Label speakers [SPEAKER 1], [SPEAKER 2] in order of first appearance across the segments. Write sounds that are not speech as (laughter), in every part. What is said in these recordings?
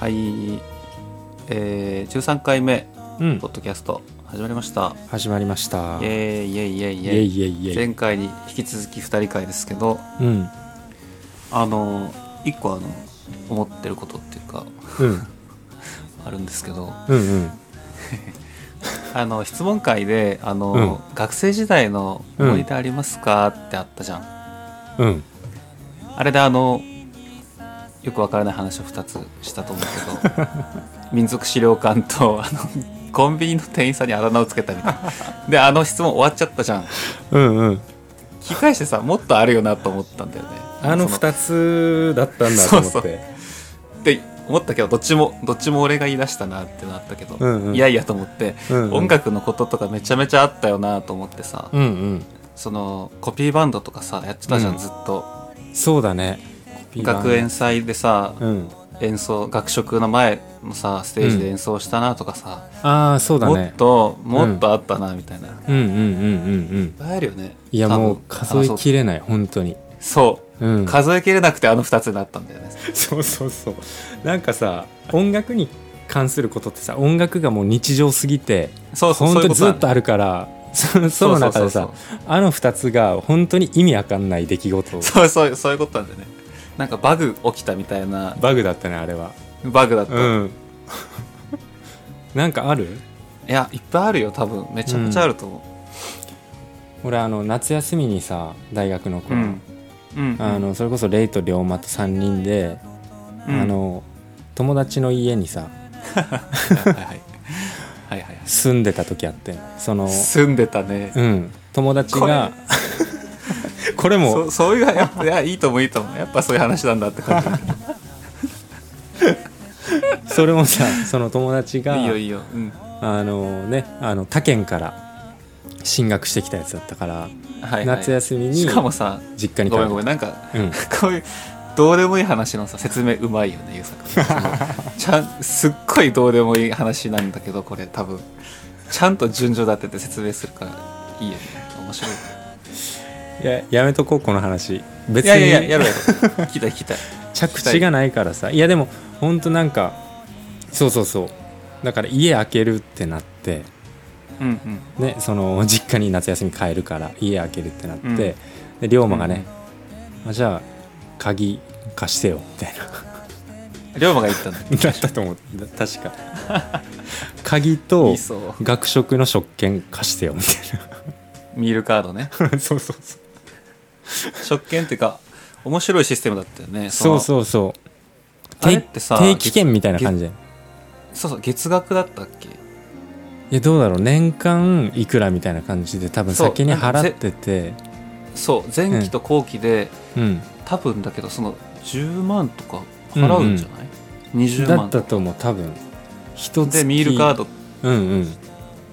[SPEAKER 1] はい、えー、13回目
[SPEAKER 2] うん
[SPEAKER 1] ポッドキャスト始まりました
[SPEAKER 2] 始まりました
[SPEAKER 1] イ
[SPEAKER 2] イ
[SPEAKER 1] エーイイエーイイエーイイエ
[SPEAKER 2] ェ
[SPEAKER 1] ーイ
[SPEAKER 2] イイェイイェイ
[SPEAKER 1] 前回に引き続き2人会ですけど
[SPEAKER 2] うん
[SPEAKER 1] あの1個あの思ってることっていうか
[SPEAKER 2] うん
[SPEAKER 1] あるんですけどあ
[SPEAKER 2] うんうん
[SPEAKER 1] の質問会であの、学生時代の思い出ありますか?」ってあったじゃん
[SPEAKER 2] うん
[SPEAKER 1] あれであのよくわからない話を2つしたと思うけ
[SPEAKER 2] (laughs)
[SPEAKER 1] ど民族資料館とあのコンビニの店員さんにあだ名をつけたみたいなであの質問終わっちゃったじゃん
[SPEAKER 2] うんうん
[SPEAKER 1] 聞き返してさもっとあるよなと思ったんだよね
[SPEAKER 2] あの
[SPEAKER 1] そ
[SPEAKER 2] 二つだったんだと思っ
[SPEAKER 1] そ
[SPEAKER 2] て
[SPEAKER 1] ううって思ったけどどっちもどっちも俺が言い出したなってなったけど、
[SPEAKER 2] うんうん
[SPEAKER 1] いやいやと思って、
[SPEAKER 2] うんうん
[SPEAKER 1] 音楽のこととかめちゃめちゃあったよなと思ってさ、
[SPEAKER 2] ん
[SPEAKER 1] そのコピーバンドとかさやってたじゃん、
[SPEAKER 2] うん
[SPEAKER 1] ずっと
[SPEAKER 2] うんそうだね
[SPEAKER 1] 学園祭でさ、
[SPEAKER 2] うん
[SPEAKER 1] 演奏学食の前のさステージで演奏したなとかさ、
[SPEAKER 2] ああそうだ
[SPEAKER 1] もっ
[SPEAKER 2] ね
[SPEAKER 1] ともっとあったなみたいな、いっ
[SPEAKER 2] うんうんうんうんうん
[SPEAKER 1] ぱいあるよね
[SPEAKER 2] いや
[SPEAKER 1] 多分
[SPEAKER 2] もう数えきれない本当に
[SPEAKER 1] あのそうう、
[SPEAKER 2] ん
[SPEAKER 1] 数えきれなくてあの2つになったんだよね
[SPEAKER 2] (laughs) そうそうそうなんかさ音楽に関することってさ音楽がもう日常すぎて
[SPEAKER 1] そうそうそういう
[SPEAKER 2] 本当
[SPEAKER 1] こ
[SPEAKER 2] に
[SPEAKER 1] と
[SPEAKER 2] ず
[SPEAKER 1] な
[SPEAKER 2] っ
[SPEAKER 1] ん
[SPEAKER 2] と
[SPEAKER 1] だ
[SPEAKER 2] あるからそ (laughs) その中で
[SPEAKER 1] そう
[SPEAKER 2] さ
[SPEAKER 1] そうそうそう
[SPEAKER 2] あの2つが本当に意味わかんない出来事
[SPEAKER 1] そうそうそういうことなんだよねなんかバグ起きたみたいな
[SPEAKER 2] バグだったねあれは
[SPEAKER 1] バグだった、
[SPEAKER 2] う
[SPEAKER 1] い
[SPEAKER 2] ん (laughs) なんかある
[SPEAKER 1] やいっぱいあるよ多分めちゃくちゃあると思
[SPEAKER 2] 俺あの夏休みにさ大学の
[SPEAKER 1] うう
[SPEAKER 2] 頃、
[SPEAKER 1] ん、うん
[SPEAKER 2] あのそれこそレイと龍馬と3人で、
[SPEAKER 1] うん
[SPEAKER 2] あの友達の家にさ
[SPEAKER 1] はいはいはいはいはいは
[SPEAKER 2] 住んでた時あってその
[SPEAKER 1] い住んでたね
[SPEAKER 2] うん友達が (laughs) これも
[SPEAKER 1] そそういうやっぱいやいいともいいともやっぱそういう話なんだって感
[SPEAKER 2] (laughs)
[SPEAKER 1] じ
[SPEAKER 2] それもさその友達が
[SPEAKER 1] いいよいいよ、うん、
[SPEAKER 2] あのねあの他県から進学してきたやつだったから
[SPEAKER 1] はい、はい、
[SPEAKER 2] 夏休みに
[SPEAKER 1] しかもさ
[SPEAKER 2] 実家に帰
[SPEAKER 1] ご
[SPEAKER 2] る
[SPEAKER 1] めんごめんなんか
[SPEAKER 2] うん
[SPEAKER 1] こういうどうでもいい話のさ説明うまいよねゆうさくんちゃんすっごいどうでもいい話なんだけどこれ多分ちゃんと順序立てて説明するからいいよね面白い
[SPEAKER 2] いややめとこうこの話別
[SPEAKER 1] いや
[SPEAKER 2] に
[SPEAKER 1] いやいややろうやろう聞きたい聞きたい
[SPEAKER 2] 着地がないからさいやでもほんとなんかそうそうそうだから家開けるってなって
[SPEAKER 1] うんうん
[SPEAKER 2] ねその実家に夏休み帰るから家開けるってなって、
[SPEAKER 1] うん
[SPEAKER 2] で龍馬がね、あじゃあ鍵貸してよみたいな (laughs)
[SPEAKER 1] 龍馬が言ったんだっけ
[SPEAKER 2] だったと思うだ確か
[SPEAKER 1] (laughs)
[SPEAKER 2] 鍵と
[SPEAKER 1] 言いそう
[SPEAKER 2] 学食の食券貸してよみた
[SPEAKER 1] ミールカードね
[SPEAKER 2] い
[SPEAKER 1] (laughs)
[SPEAKER 2] なそうそうそう
[SPEAKER 1] 食券っていうか面白いシステムだったよね
[SPEAKER 2] そう
[SPEAKER 1] う
[SPEAKER 2] そうそう
[SPEAKER 1] あれ
[SPEAKER 2] 定
[SPEAKER 1] ってさ
[SPEAKER 2] 定期券みたいな感じで
[SPEAKER 1] そうそう月額だったっけ
[SPEAKER 2] いやどうだろう年間いくらみたいな感じで多分
[SPEAKER 1] そう
[SPEAKER 2] 先に
[SPEAKER 1] なんか
[SPEAKER 2] 払
[SPEAKER 1] ぜ
[SPEAKER 2] ってて
[SPEAKER 1] そう前期と後期で、
[SPEAKER 2] うん
[SPEAKER 1] 多分だけどその10万とか払うんじゃない、20
[SPEAKER 2] だっ
[SPEAKER 1] 万と
[SPEAKER 2] た
[SPEAKER 1] か
[SPEAKER 2] と思う多分一つ
[SPEAKER 1] でミールカードっ
[SPEAKER 2] うんうん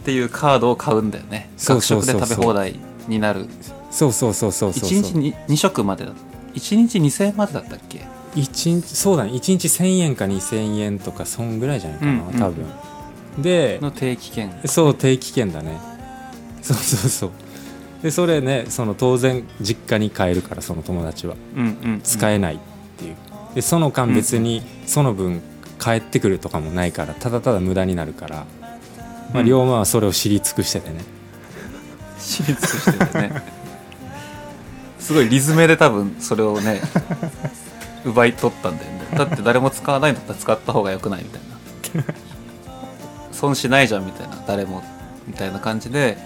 [SPEAKER 1] ていうカードを買うんだよね
[SPEAKER 2] そうそうそうそう
[SPEAKER 1] 学食で食べ放題になる
[SPEAKER 2] そうそうそうそうそう
[SPEAKER 1] 1日に2食までだ1日2000円までだったっけ
[SPEAKER 2] 一日そうだね一日1000円か2000円とかそんぐらいじゃないかな、
[SPEAKER 1] うんうん
[SPEAKER 2] 多分で
[SPEAKER 1] の定期券
[SPEAKER 2] そう定期券だねそうそうそうでそれねその当然実家に帰るからその友達は
[SPEAKER 1] うんうん
[SPEAKER 2] 使えないっていうでその間別にその分帰ってくるとかもないからただただ無駄になるから、まあ、
[SPEAKER 1] うん
[SPEAKER 2] 龍馬はそれを知り尽くしててね、
[SPEAKER 1] 私立しててねすごいリズムで多分それをね奪い取ったんだよねだって誰も使わないんだったら使った方が良くないみたいな損しないじゃんみたいな誰もみたいな感じで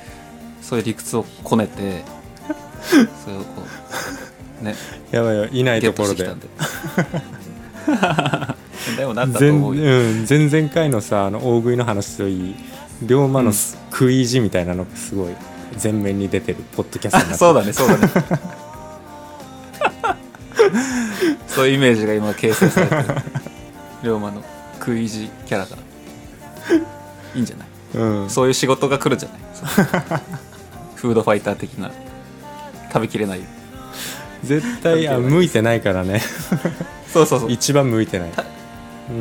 [SPEAKER 1] そういう理屈をこねてそれをこうね
[SPEAKER 2] やばいよいない
[SPEAKER 1] ゲ
[SPEAKER 2] と
[SPEAKER 1] ット
[SPEAKER 2] ころ
[SPEAKER 1] してき
[SPEAKER 2] で
[SPEAKER 1] たんででもなったと
[SPEAKER 2] 前,、
[SPEAKER 1] 思
[SPEAKER 2] う
[SPEAKER 1] うよ
[SPEAKER 2] ん、前々回のさあの大食いの話といい龍馬
[SPEAKER 1] う
[SPEAKER 2] の
[SPEAKER 1] ん
[SPEAKER 2] 食い意地みたいなのがすごい前面に出てるポッドキャス
[SPEAKER 1] あ
[SPEAKER 2] ト (laughs) になっ
[SPEAKER 1] (laughs)
[SPEAKER 2] て
[SPEAKER 1] そうだねそうだねそういうイメージが今形成されてる龍馬の食い意地キャラがいいんじゃない
[SPEAKER 2] うん、
[SPEAKER 1] そういう仕事が来るんじゃないそうフードファイター的な食べきれない
[SPEAKER 2] 絶対あ向いてないからね
[SPEAKER 1] そうそうそう
[SPEAKER 2] 一番向いてない、うん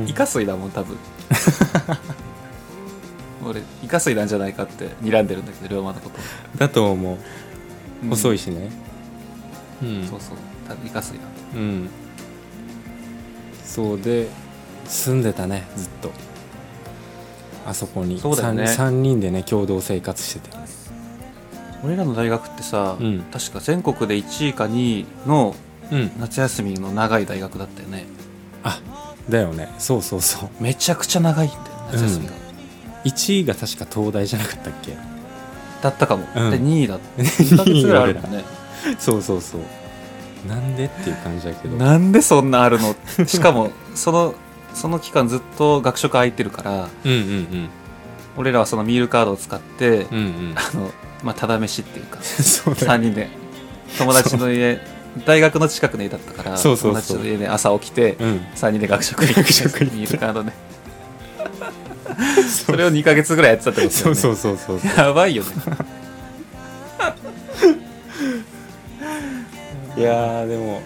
[SPEAKER 1] イカ水だもん多分 (laughs) 俺イカ水なんじゃないかって睨んでるんだけど龍馬のこと、
[SPEAKER 2] だと思う
[SPEAKER 1] うん
[SPEAKER 2] 細いしねうん
[SPEAKER 1] そうそう多分イカ水なんだ
[SPEAKER 2] うんそうで住んでたねずっとあそこに
[SPEAKER 1] そうだよね
[SPEAKER 2] 3, 三人でね共同生活してたよね
[SPEAKER 1] 俺らの大学ってさ、
[SPEAKER 2] うん
[SPEAKER 1] 確か全国で1位か2位の
[SPEAKER 2] うん
[SPEAKER 1] 夏休みの長い大学だったよね
[SPEAKER 2] あだよねそうそうそう
[SPEAKER 1] めちゃくちゃ長いんだよ夏休みが、
[SPEAKER 2] 1位が確か東大じゃなかったっけ
[SPEAKER 1] だったかも、
[SPEAKER 2] うん
[SPEAKER 1] で2位だった2ヶ月ぐらいあるもんね
[SPEAKER 2] (laughs) そうそうそうなんでっていう感じだけど
[SPEAKER 1] なんでそんなあるのしかも (laughs) そのその期間ずっと学食空いてるから
[SPEAKER 2] うんうんうん
[SPEAKER 1] 俺らはそのミールカードを使って、
[SPEAKER 2] うんうん
[SPEAKER 1] あのまあただ飯っていうか
[SPEAKER 2] (laughs) そうだ
[SPEAKER 1] 3
[SPEAKER 2] よ
[SPEAKER 1] 人で友達の家大学の近くの家だったから
[SPEAKER 2] そうそうそう
[SPEAKER 1] 友達の家で朝起きて、
[SPEAKER 2] うん
[SPEAKER 1] 3人で学食に行
[SPEAKER 2] 学食行って
[SPEAKER 1] ミールカード
[SPEAKER 2] (laughs)
[SPEAKER 1] ねそれを2ヶ月ぐらいやってたってことだ
[SPEAKER 2] そ
[SPEAKER 1] よ
[SPEAKER 2] う
[SPEAKER 1] ね
[SPEAKER 2] そうそうそうそう
[SPEAKER 1] やばいよね
[SPEAKER 2] いやーでも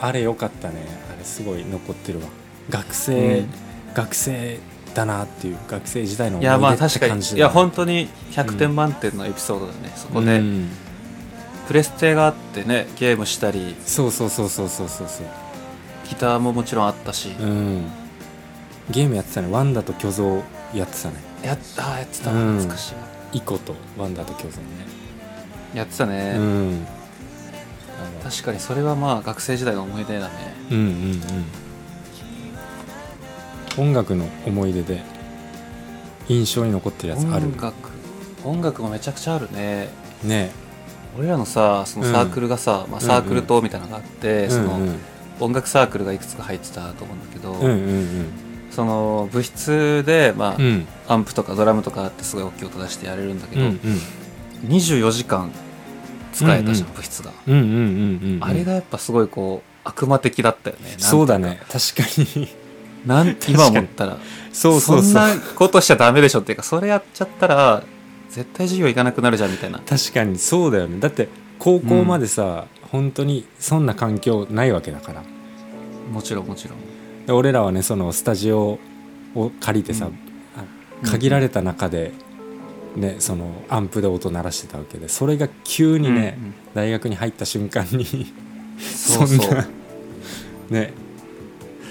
[SPEAKER 2] あれ良かったねあれすごい残ってるわ学生、
[SPEAKER 1] うん
[SPEAKER 2] 学生だなっていう学生時代の
[SPEAKER 1] いやまあ
[SPEAKER 2] 思出っ
[SPEAKER 1] 確
[SPEAKER 2] て
[SPEAKER 1] か
[SPEAKER 2] 感
[SPEAKER 1] に
[SPEAKER 2] じ
[SPEAKER 1] い
[SPEAKER 2] だね
[SPEAKER 1] や本当に100点満点のエピソードだね、そこで、
[SPEAKER 2] うん
[SPEAKER 1] プレステがあってねゲームしたり
[SPEAKER 2] そうそうそうそうそうそうそう
[SPEAKER 1] ギターももちろんあったし、
[SPEAKER 2] うんゲームやってたねワンダと巨像やってたね
[SPEAKER 1] やったやってた
[SPEAKER 2] うん
[SPEAKER 1] 懐かしいわ、
[SPEAKER 2] イコとワンダと巨像ね
[SPEAKER 1] やってたね、
[SPEAKER 2] うんあの
[SPEAKER 1] 確かにそれはまあ学生時代の思い出だね
[SPEAKER 2] うんうんうん音楽の思い出で印象に残ってるやつある
[SPEAKER 1] 音楽音楽もめちゃくちゃあるね
[SPEAKER 2] ね
[SPEAKER 1] 俺らのさそのサークルがさ、まあ、サークル棟みたいなのがあって、その
[SPEAKER 2] うんうん
[SPEAKER 1] 音楽サークルがいくつか入ってたと思うんだけど、
[SPEAKER 2] うんうん
[SPEAKER 1] その部室で、まあ
[SPEAKER 2] うんうん
[SPEAKER 1] アンプとかドラムとかあってすごい大きい音出してやれるんだけ
[SPEAKER 2] う
[SPEAKER 1] ど、
[SPEAKER 2] んうん
[SPEAKER 1] 24時間使えたじゃん、
[SPEAKER 2] うんうん
[SPEAKER 1] 部室が、
[SPEAKER 2] うんうんうんうん
[SPEAKER 1] あれがやっぱすごいこう悪魔的だったよねなんていか
[SPEAKER 2] そうだね確かに
[SPEAKER 1] なん
[SPEAKER 2] かに
[SPEAKER 1] 今思ったら
[SPEAKER 2] そうそうそ
[SPEAKER 1] ん
[SPEAKER 2] う
[SPEAKER 1] なことしちゃダメでしょっていうかそれやっちゃったら絶対授業行かなくなるじゃんみたいな
[SPEAKER 2] 確かにそうだよねだって高校までさ、本当にそんな環境ないわけだから
[SPEAKER 1] もちろんもちろん
[SPEAKER 2] で俺らはねそのスタジオを借りてさ、
[SPEAKER 1] うん
[SPEAKER 2] あ限られた中で、ね、そのアンプで音鳴らしてたわけでそれが急にね、
[SPEAKER 1] うんうん
[SPEAKER 2] 大学に入った瞬間に
[SPEAKER 1] そう
[SPEAKER 2] そ
[SPEAKER 1] そ
[SPEAKER 2] ん
[SPEAKER 1] う
[SPEAKER 2] な (laughs) ね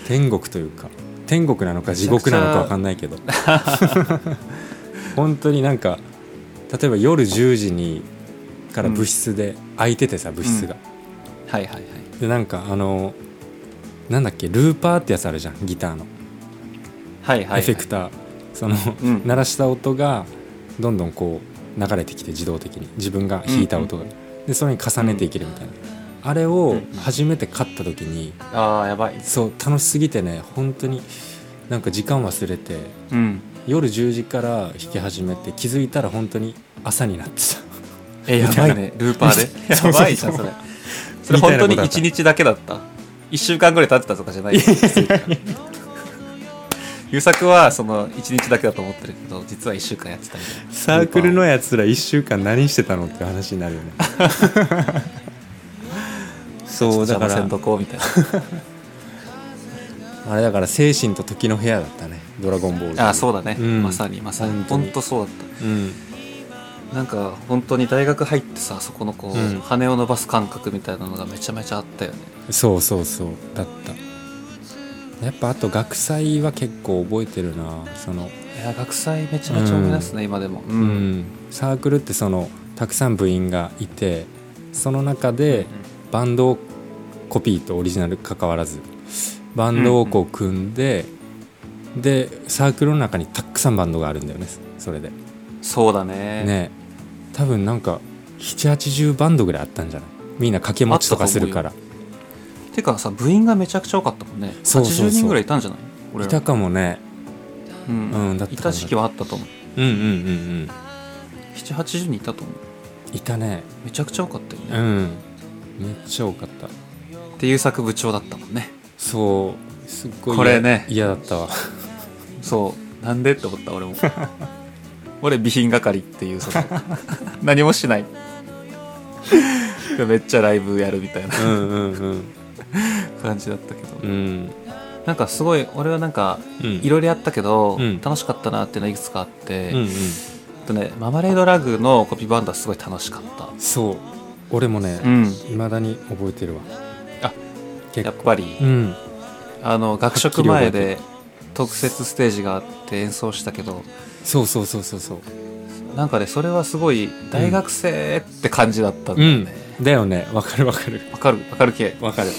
[SPEAKER 2] 天国というか天国なのか地獄なのか分かんない
[SPEAKER 1] (laughs)
[SPEAKER 2] けど本当になんか例えば夜10時にから部室で空いててさ、部室が、
[SPEAKER 1] はいはいはい
[SPEAKER 2] でなんかあのなんだっけルーパーってやつあるじゃんギターの
[SPEAKER 1] はいはいはい
[SPEAKER 2] エフェクター、その、
[SPEAKER 1] うん
[SPEAKER 2] 鳴らした音がどんどんこう流れてきて自動的に自分が弾いた音が、でそれに重ねていけるみたいな、あれ
[SPEAKER 1] う
[SPEAKER 2] を
[SPEAKER 1] ん
[SPEAKER 2] 初めて買った時に、
[SPEAKER 1] ああやばい
[SPEAKER 2] そう楽しすぎてね本当になんか時間忘れて
[SPEAKER 1] うん
[SPEAKER 2] 夜10時から弾き始めて気づいたら本当に朝になって
[SPEAKER 1] えやばいねルーパーで
[SPEAKER 2] そ
[SPEAKER 1] や
[SPEAKER 2] うそうそう
[SPEAKER 1] ばいじゃん (laughs) それそれ本当に1日だけだった1週間ぐらい経ってたとかじゃないよ優作はその1日だけだと思ってるけど実は1週間やってたみたい
[SPEAKER 2] た
[SPEAKER 1] な
[SPEAKER 2] サークルのやつら1週間何してたのって話になるよね (laughs) そうだ
[SPEAKER 1] 邪
[SPEAKER 2] か
[SPEAKER 1] 魔せ
[SPEAKER 2] ら
[SPEAKER 1] んとこうみたいな
[SPEAKER 2] あれだから精神と時の部屋だったね「ドラゴンボール」
[SPEAKER 1] ああそうだね、
[SPEAKER 2] うん
[SPEAKER 1] まさにまさに
[SPEAKER 2] 本当に
[SPEAKER 1] 本当そうだっ
[SPEAKER 2] うん
[SPEAKER 1] たなんか本当に大学入ってさそこのこう、
[SPEAKER 2] うん
[SPEAKER 1] 羽を伸ばす感覚みたいなのがめちゃめちゃあったよね
[SPEAKER 2] そうそうそうだったやっぱあと学祭は結構覚えてるなその
[SPEAKER 1] いや学祭めちゃめちゃ思い出すね、今でもう、
[SPEAKER 2] うんん、サークルってそのたくさん部員がいてその中でバンドコピーとオリジナル関わらずバンドをこう組んで、でサークルの中にたくさんバンドがあるんだよねそれで
[SPEAKER 1] そうだね
[SPEAKER 2] ね多分なんか780バンドぐらいあったんじゃないみんな掛け持ちとかするから
[SPEAKER 1] てかさ部員がめちゃくちゃ多かったもんね
[SPEAKER 2] そうそうそう
[SPEAKER 1] 80人ぐらいいたんじゃない俺
[SPEAKER 2] い
[SPEAKER 1] ら
[SPEAKER 2] たかもね
[SPEAKER 1] うん
[SPEAKER 2] うんだった
[SPEAKER 1] いた時期はあったと思う
[SPEAKER 2] うんうんうんうん
[SPEAKER 1] 780人いたと思う
[SPEAKER 2] いたね
[SPEAKER 1] めちゃくちゃ多かったよ
[SPEAKER 2] う
[SPEAKER 1] ね、
[SPEAKER 2] んめっちゃ多かった
[SPEAKER 1] っていう作部長だったもんね
[SPEAKER 2] そうすっごい
[SPEAKER 1] これね
[SPEAKER 2] 嫌だったわ
[SPEAKER 1] そうなんでって思った俺
[SPEAKER 2] (laughs)
[SPEAKER 1] も俺備品係っていうその (laughs) 何もしないめっちゃライブやるみたいな
[SPEAKER 2] うんうんうん
[SPEAKER 1] 感じだったけど、
[SPEAKER 2] うん
[SPEAKER 1] なんかすごい俺はなんか
[SPEAKER 2] うん
[SPEAKER 1] いろいろやったけど、
[SPEAKER 2] うん
[SPEAKER 1] 楽しかったなっていうのはいくつかあって、
[SPEAKER 2] うんう
[SPEAKER 1] え
[SPEAKER 2] ん、
[SPEAKER 1] っとね、ママレードラグのコピーバンドはすごい楽しかった
[SPEAKER 2] そう俺もね
[SPEAKER 1] うん
[SPEAKER 2] いま、未だに覚えてるわ
[SPEAKER 1] あ
[SPEAKER 2] 結
[SPEAKER 1] やっ
[SPEAKER 2] 構
[SPEAKER 1] ぱり、
[SPEAKER 2] うん
[SPEAKER 1] あの学食前
[SPEAKER 2] はっきり
[SPEAKER 1] で特設ステージがあって演奏したけど
[SPEAKER 2] そうそうそうそうそう
[SPEAKER 1] なんかねそれはすごい大学生って感じだったん
[SPEAKER 2] う
[SPEAKER 1] だよ
[SPEAKER 2] ん
[SPEAKER 1] ね、
[SPEAKER 2] だよねわかるわかる
[SPEAKER 1] わかるわかる系
[SPEAKER 2] わかる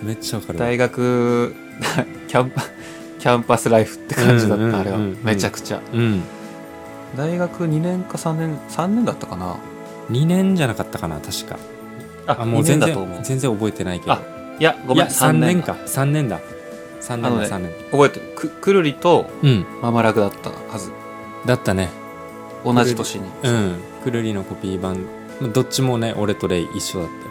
[SPEAKER 2] めっちゃわかるわ
[SPEAKER 1] 大学 (laughs) キャンパキャンパスライフって感じだった、
[SPEAKER 2] うんうんうんうん
[SPEAKER 1] あれはめちゃくちゃ
[SPEAKER 2] うん
[SPEAKER 1] 大学2年か3年3年だったかな
[SPEAKER 2] 2年じゃなかったかな確か
[SPEAKER 1] あ
[SPEAKER 2] も
[SPEAKER 1] も
[SPEAKER 2] う
[SPEAKER 1] う全
[SPEAKER 2] 全然
[SPEAKER 1] 然だと思う
[SPEAKER 2] 全然覚えてないけど
[SPEAKER 1] あいやご
[SPEAKER 2] い
[SPEAKER 1] めん
[SPEAKER 2] や3
[SPEAKER 1] 3年
[SPEAKER 2] 年
[SPEAKER 1] か
[SPEAKER 2] か3年だ3年
[SPEAKER 1] あの
[SPEAKER 2] だ
[SPEAKER 1] ね
[SPEAKER 2] 3年
[SPEAKER 1] 覚えてるくくるりと
[SPEAKER 2] うん
[SPEAKER 1] ママラグだったはず
[SPEAKER 2] だったね
[SPEAKER 1] 同じ年に
[SPEAKER 2] うんくるりのコピー版まあどっちもね俺とレイ一緒だったよね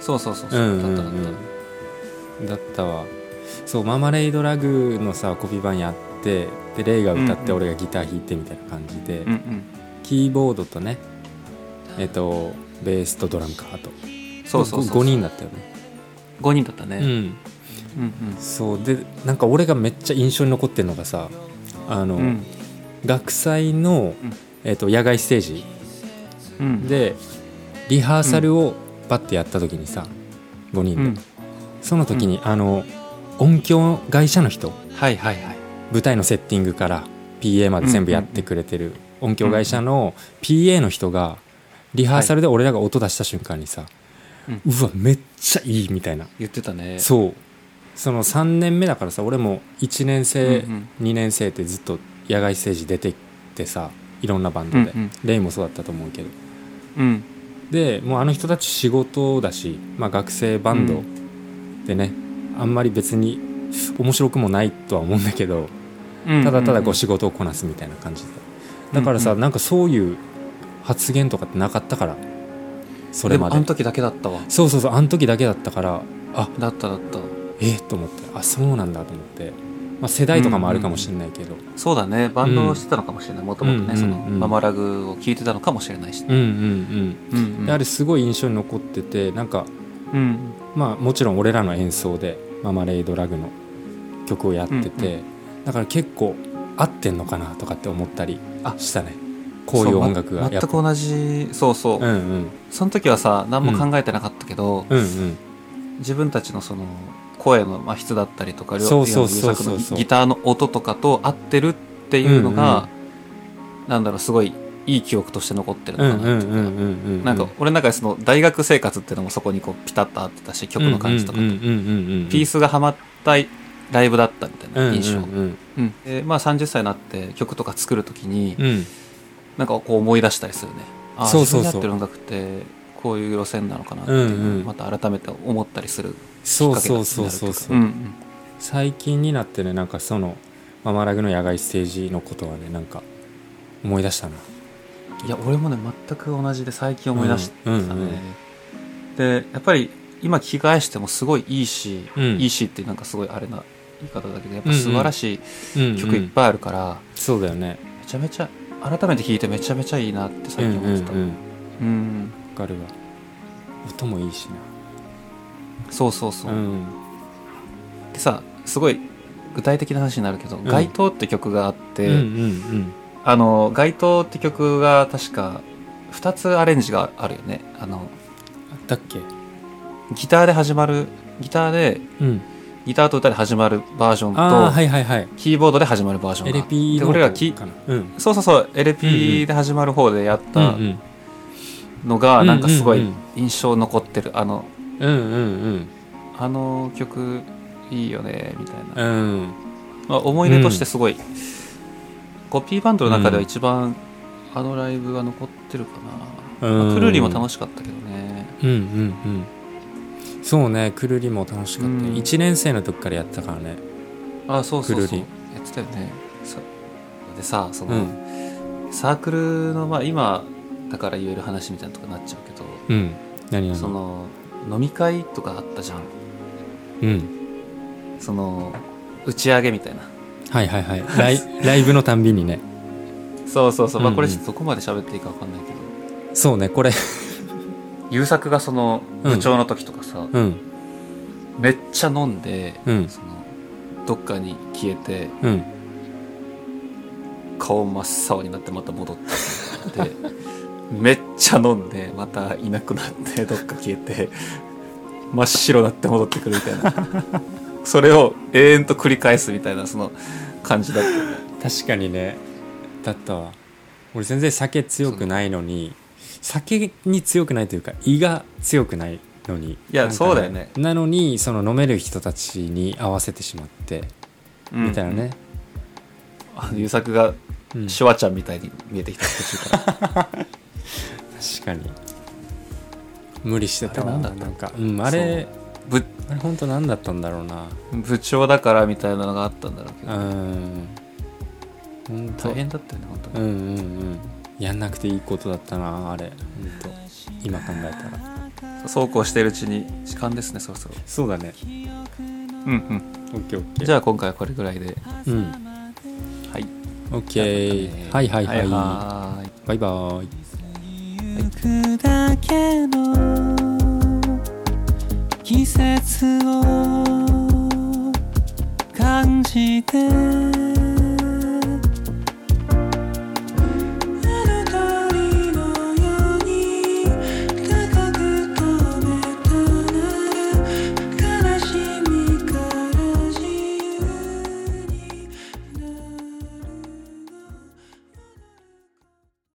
[SPEAKER 1] そうそうそう
[SPEAKER 2] う
[SPEAKER 1] そ
[SPEAKER 2] ん
[SPEAKER 1] う
[SPEAKER 2] う
[SPEAKER 1] だった
[SPEAKER 2] ん
[SPEAKER 1] だっ
[SPEAKER 2] うんだったわそう「マーマレイドラグ」のさコピー版やってでレイが歌っ
[SPEAKER 1] うん
[SPEAKER 2] て
[SPEAKER 1] うん
[SPEAKER 2] 俺がギター弾いてみたいな感じで、
[SPEAKER 1] たうんうん
[SPEAKER 2] キーボードとねえっ、とベースとドラムかあと
[SPEAKER 1] そうそうそう
[SPEAKER 2] 5人だったよね
[SPEAKER 1] 5人だった
[SPEAKER 2] う
[SPEAKER 1] ね
[SPEAKER 2] ん
[SPEAKER 1] うん
[SPEAKER 2] そうでなんか俺がめっちゃ印象に残ってるのがさあの、
[SPEAKER 1] うんうん
[SPEAKER 2] 学祭の
[SPEAKER 1] うん、
[SPEAKER 2] えっと野外ステージ
[SPEAKER 1] うん
[SPEAKER 2] でリハーサルをバッてやった時にさ5人
[SPEAKER 1] う
[SPEAKER 2] で、
[SPEAKER 1] ん
[SPEAKER 2] その時に、あの音響会社の人
[SPEAKER 1] はいはいはい
[SPEAKER 2] 舞台のセッティングから PA まで全部やってくれてる音響会社の PA の人がリハーサルで俺らが音出した瞬間にさ、
[SPEAKER 1] うん
[SPEAKER 2] うわめっちゃいいみたいな
[SPEAKER 1] 言ってたね
[SPEAKER 2] そうその3年目だからさ俺も1年生、
[SPEAKER 1] うんうん
[SPEAKER 2] 2年生ってずっと野外ステージ出てってさいろんなバンド
[SPEAKER 1] うんう
[SPEAKER 2] で、
[SPEAKER 1] ん
[SPEAKER 2] レイもそうだったと思うけど
[SPEAKER 1] うん
[SPEAKER 2] でもうあの人たち仕事だし、まあ、学生バン
[SPEAKER 1] う
[SPEAKER 2] ドでね、あんまり別に面白くもないとは思うんだけど
[SPEAKER 1] うん
[SPEAKER 2] ただただこう
[SPEAKER 1] うん
[SPEAKER 2] 仕事をこなすみたいな感じでだからさ、
[SPEAKER 1] うん
[SPEAKER 2] なんかそういう発言とかってなかったからそれ
[SPEAKER 1] でも
[SPEAKER 2] まで
[SPEAKER 1] あの時だけだったわ
[SPEAKER 2] そうそうそうあの時だけだったからあ
[SPEAKER 1] だっただった
[SPEAKER 2] えっ、と思ってあそうなんだと思って、まあ、世代とかもあるかもしれないけど、
[SPEAKER 1] そうだねバンドをしてたのかもしれないもともと
[SPEAKER 2] うん
[SPEAKER 1] ねその
[SPEAKER 2] うんうん
[SPEAKER 1] ママラグを聞いてたのかもしれないし
[SPEAKER 2] うん、うん
[SPEAKER 1] う
[SPEAKER 2] うん
[SPEAKER 1] ん
[SPEAKER 2] う
[SPEAKER 1] うんん
[SPEAKER 2] であれすごい印象に残っててなんか
[SPEAKER 1] うん
[SPEAKER 2] まあもちろん俺らの演奏で「ママレイドラグ」の曲をやってて、
[SPEAKER 1] う
[SPEAKER 2] だから結構合ってんのかなとかって思ったり
[SPEAKER 1] あ
[SPEAKER 2] したねこういう音楽が
[SPEAKER 1] そま
[SPEAKER 2] や
[SPEAKER 1] 全
[SPEAKER 2] っぱ
[SPEAKER 1] く同じそうそう、
[SPEAKER 2] うんうん
[SPEAKER 1] その時はさ何も考えてなかったけど、
[SPEAKER 2] うんうん
[SPEAKER 1] 自分たちのその声のまあ質だったりとか両
[SPEAKER 2] そ
[SPEAKER 1] 両
[SPEAKER 2] うそう
[SPEAKER 1] の
[SPEAKER 2] そう
[SPEAKER 1] 作
[SPEAKER 2] そう
[SPEAKER 1] のギギターの音とかと合ってるっていうのが、なんだろうすごいいい記憶として残ってる
[SPEAKER 2] う
[SPEAKER 1] の
[SPEAKER 2] ん
[SPEAKER 1] か
[SPEAKER 2] う
[SPEAKER 1] なっ
[SPEAKER 2] ん
[SPEAKER 1] ていう
[SPEAKER 2] う
[SPEAKER 1] か、
[SPEAKER 2] んうんうん
[SPEAKER 1] なんか俺の中でその大学生活っていうのもそこにこうピタッと合ってたし曲の感じとか、
[SPEAKER 2] うんうんうんうんうん
[SPEAKER 1] ピースがはまったライブだったみたいな印象、
[SPEAKER 2] うんうん
[SPEAKER 1] うんでまあ、30歳になって曲とか作る時に、
[SPEAKER 2] うんうん
[SPEAKER 1] なんかこう思い出したりするねああ
[SPEAKER 2] そうそうそう
[SPEAKER 1] 自分に合ってる音楽ってこういう路線なのかなっていう
[SPEAKER 2] うんうん
[SPEAKER 1] また改めて思ったりするきっ
[SPEAKER 2] そう
[SPEAKER 1] かけに
[SPEAKER 2] そ
[SPEAKER 1] な
[SPEAKER 2] う
[SPEAKER 1] る
[SPEAKER 2] そうそうそううん最近になってねなんかその「ママラグ」の野外ステージのことはねなんか思い出したな
[SPEAKER 1] うんいや俺もね全く同じで最近思い出したね、
[SPEAKER 2] うんうん
[SPEAKER 1] でやっぱり今聞き返してもすごいいいし、
[SPEAKER 2] うん
[SPEAKER 1] いいしってなんかすごいあれな言い方だけどやっぱ素晴らしい曲
[SPEAKER 2] 曲
[SPEAKER 1] いっぱいあるから、
[SPEAKER 2] そうだよね
[SPEAKER 1] めちゃめちゃ改めて聴いてめちゃめちゃいいなって最近思ってた、
[SPEAKER 2] うんうんうん
[SPEAKER 1] うん
[SPEAKER 2] わかるわ音もいいし
[SPEAKER 1] そうそうそ
[SPEAKER 2] な
[SPEAKER 1] う、
[SPEAKER 2] ん
[SPEAKER 1] でさすごい具体的な話になるけど「
[SPEAKER 2] ん
[SPEAKER 1] 街頭」って曲があって、
[SPEAKER 2] うんうん
[SPEAKER 1] あの「街頭」って曲が確か2つアレンジがあるよねあの
[SPEAKER 2] うんだっけ
[SPEAKER 1] ギターで始まるギターで
[SPEAKER 2] うん
[SPEAKER 1] ギターと歌で始まるバージョンと、
[SPEAKER 2] ああはいはいはい
[SPEAKER 1] キーボードで始まるバージョンが
[SPEAKER 2] LP
[SPEAKER 1] で
[SPEAKER 2] の
[SPEAKER 1] 俺らき
[SPEAKER 2] かなうん
[SPEAKER 1] そうそうそう
[SPEAKER 2] うんうん
[SPEAKER 1] LP で始まる方でやっ
[SPEAKER 2] う
[SPEAKER 1] た
[SPEAKER 2] ん
[SPEAKER 1] のが
[SPEAKER 2] うん
[SPEAKER 1] なんかすご
[SPEAKER 2] うんう
[SPEAKER 1] い
[SPEAKER 2] ん
[SPEAKER 1] 印象残ってるあの
[SPEAKER 2] うんうん
[SPEAKER 1] あの曲いいよねみたいな
[SPEAKER 2] うんうん
[SPEAKER 1] まあ、思い出としてすごい、コピーバンドの中では一番、あのライブが残ってるかな、
[SPEAKER 2] うん
[SPEAKER 1] まあくるりも楽しかったけどね
[SPEAKER 2] うんうんうんそうねくるりも楽しかった
[SPEAKER 1] うん
[SPEAKER 2] 1年生の時からやったからね
[SPEAKER 1] あそうそう
[SPEAKER 2] くる
[SPEAKER 1] そう
[SPEAKER 2] り
[SPEAKER 1] やってたよねそうでさその、
[SPEAKER 2] うん
[SPEAKER 1] サークルのまあ今だから言える話みたいなとこになっちゃうけど、
[SPEAKER 2] うん何
[SPEAKER 1] そ
[SPEAKER 2] 々
[SPEAKER 1] の飲み会とかあったじゃん
[SPEAKER 2] うん
[SPEAKER 1] その打ち上げみたいな
[SPEAKER 2] はいはいはい
[SPEAKER 1] (laughs)
[SPEAKER 2] ライライブのたんびにね
[SPEAKER 1] そうそうそう、まあ、これ
[SPEAKER 2] うんうん
[SPEAKER 1] どこまで喋っていいか分かんないけど
[SPEAKER 2] そうねこれ (laughs)
[SPEAKER 1] 優作がその
[SPEAKER 2] うん
[SPEAKER 1] 部長の時とかさ、
[SPEAKER 2] うん
[SPEAKER 1] めっちゃ飲んで、
[SPEAKER 2] うん
[SPEAKER 1] そのどっかに消えて
[SPEAKER 2] うん
[SPEAKER 1] 顔真っ青になってまた戻ってでめっちゃ飲んでまたいなくなってどっか消えて真っ白になって戻ってくるみたいなそれを永遠と繰り返すみたいなその感じだったよね
[SPEAKER 2] 確かにねだったわ俺全然酒強くないのに酒に強くないというか胃が強くないのにい
[SPEAKER 1] やそうだよね
[SPEAKER 2] なのにその飲める人たちに合わせてしまって
[SPEAKER 1] うん
[SPEAKER 2] みたいなね、
[SPEAKER 1] あの優作が
[SPEAKER 2] うん
[SPEAKER 1] シュワちゃんみたいに見えてきた途中から
[SPEAKER 2] 確かに無理してたわ
[SPEAKER 1] あれ
[SPEAKER 2] な
[SPEAKER 1] なん
[SPEAKER 2] ん
[SPEAKER 1] だった
[SPEAKER 2] か、うん、あれ
[SPEAKER 1] ぶ
[SPEAKER 2] あれ本当何だったんだろうな
[SPEAKER 1] 部長だからみたいなのがあったんだろうけ
[SPEAKER 2] う
[SPEAKER 1] ど
[SPEAKER 2] ん本当
[SPEAKER 1] 大変だったよね本当
[SPEAKER 2] う
[SPEAKER 1] に、
[SPEAKER 2] んうんうんやんなくていいことだったなあれ本当今考えたら
[SPEAKER 1] そうこうしているうちに時間ですねそろそろ
[SPEAKER 2] そうだね
[SPEAKER 1] うんうん
[SPEAKER 2] オッケーオッケー
[SPEAKER 1] じゃあ今回はこれぐらいで
[SPEAKER 2] うん
[SPEAKER 1] はい
[SPEAKER 2] オッケーはいはいはい、
[SPEAKER 1] はーい
[SPEAKER 2] バイバイ
[SPEAKER 3] 行くだけの季節を感じて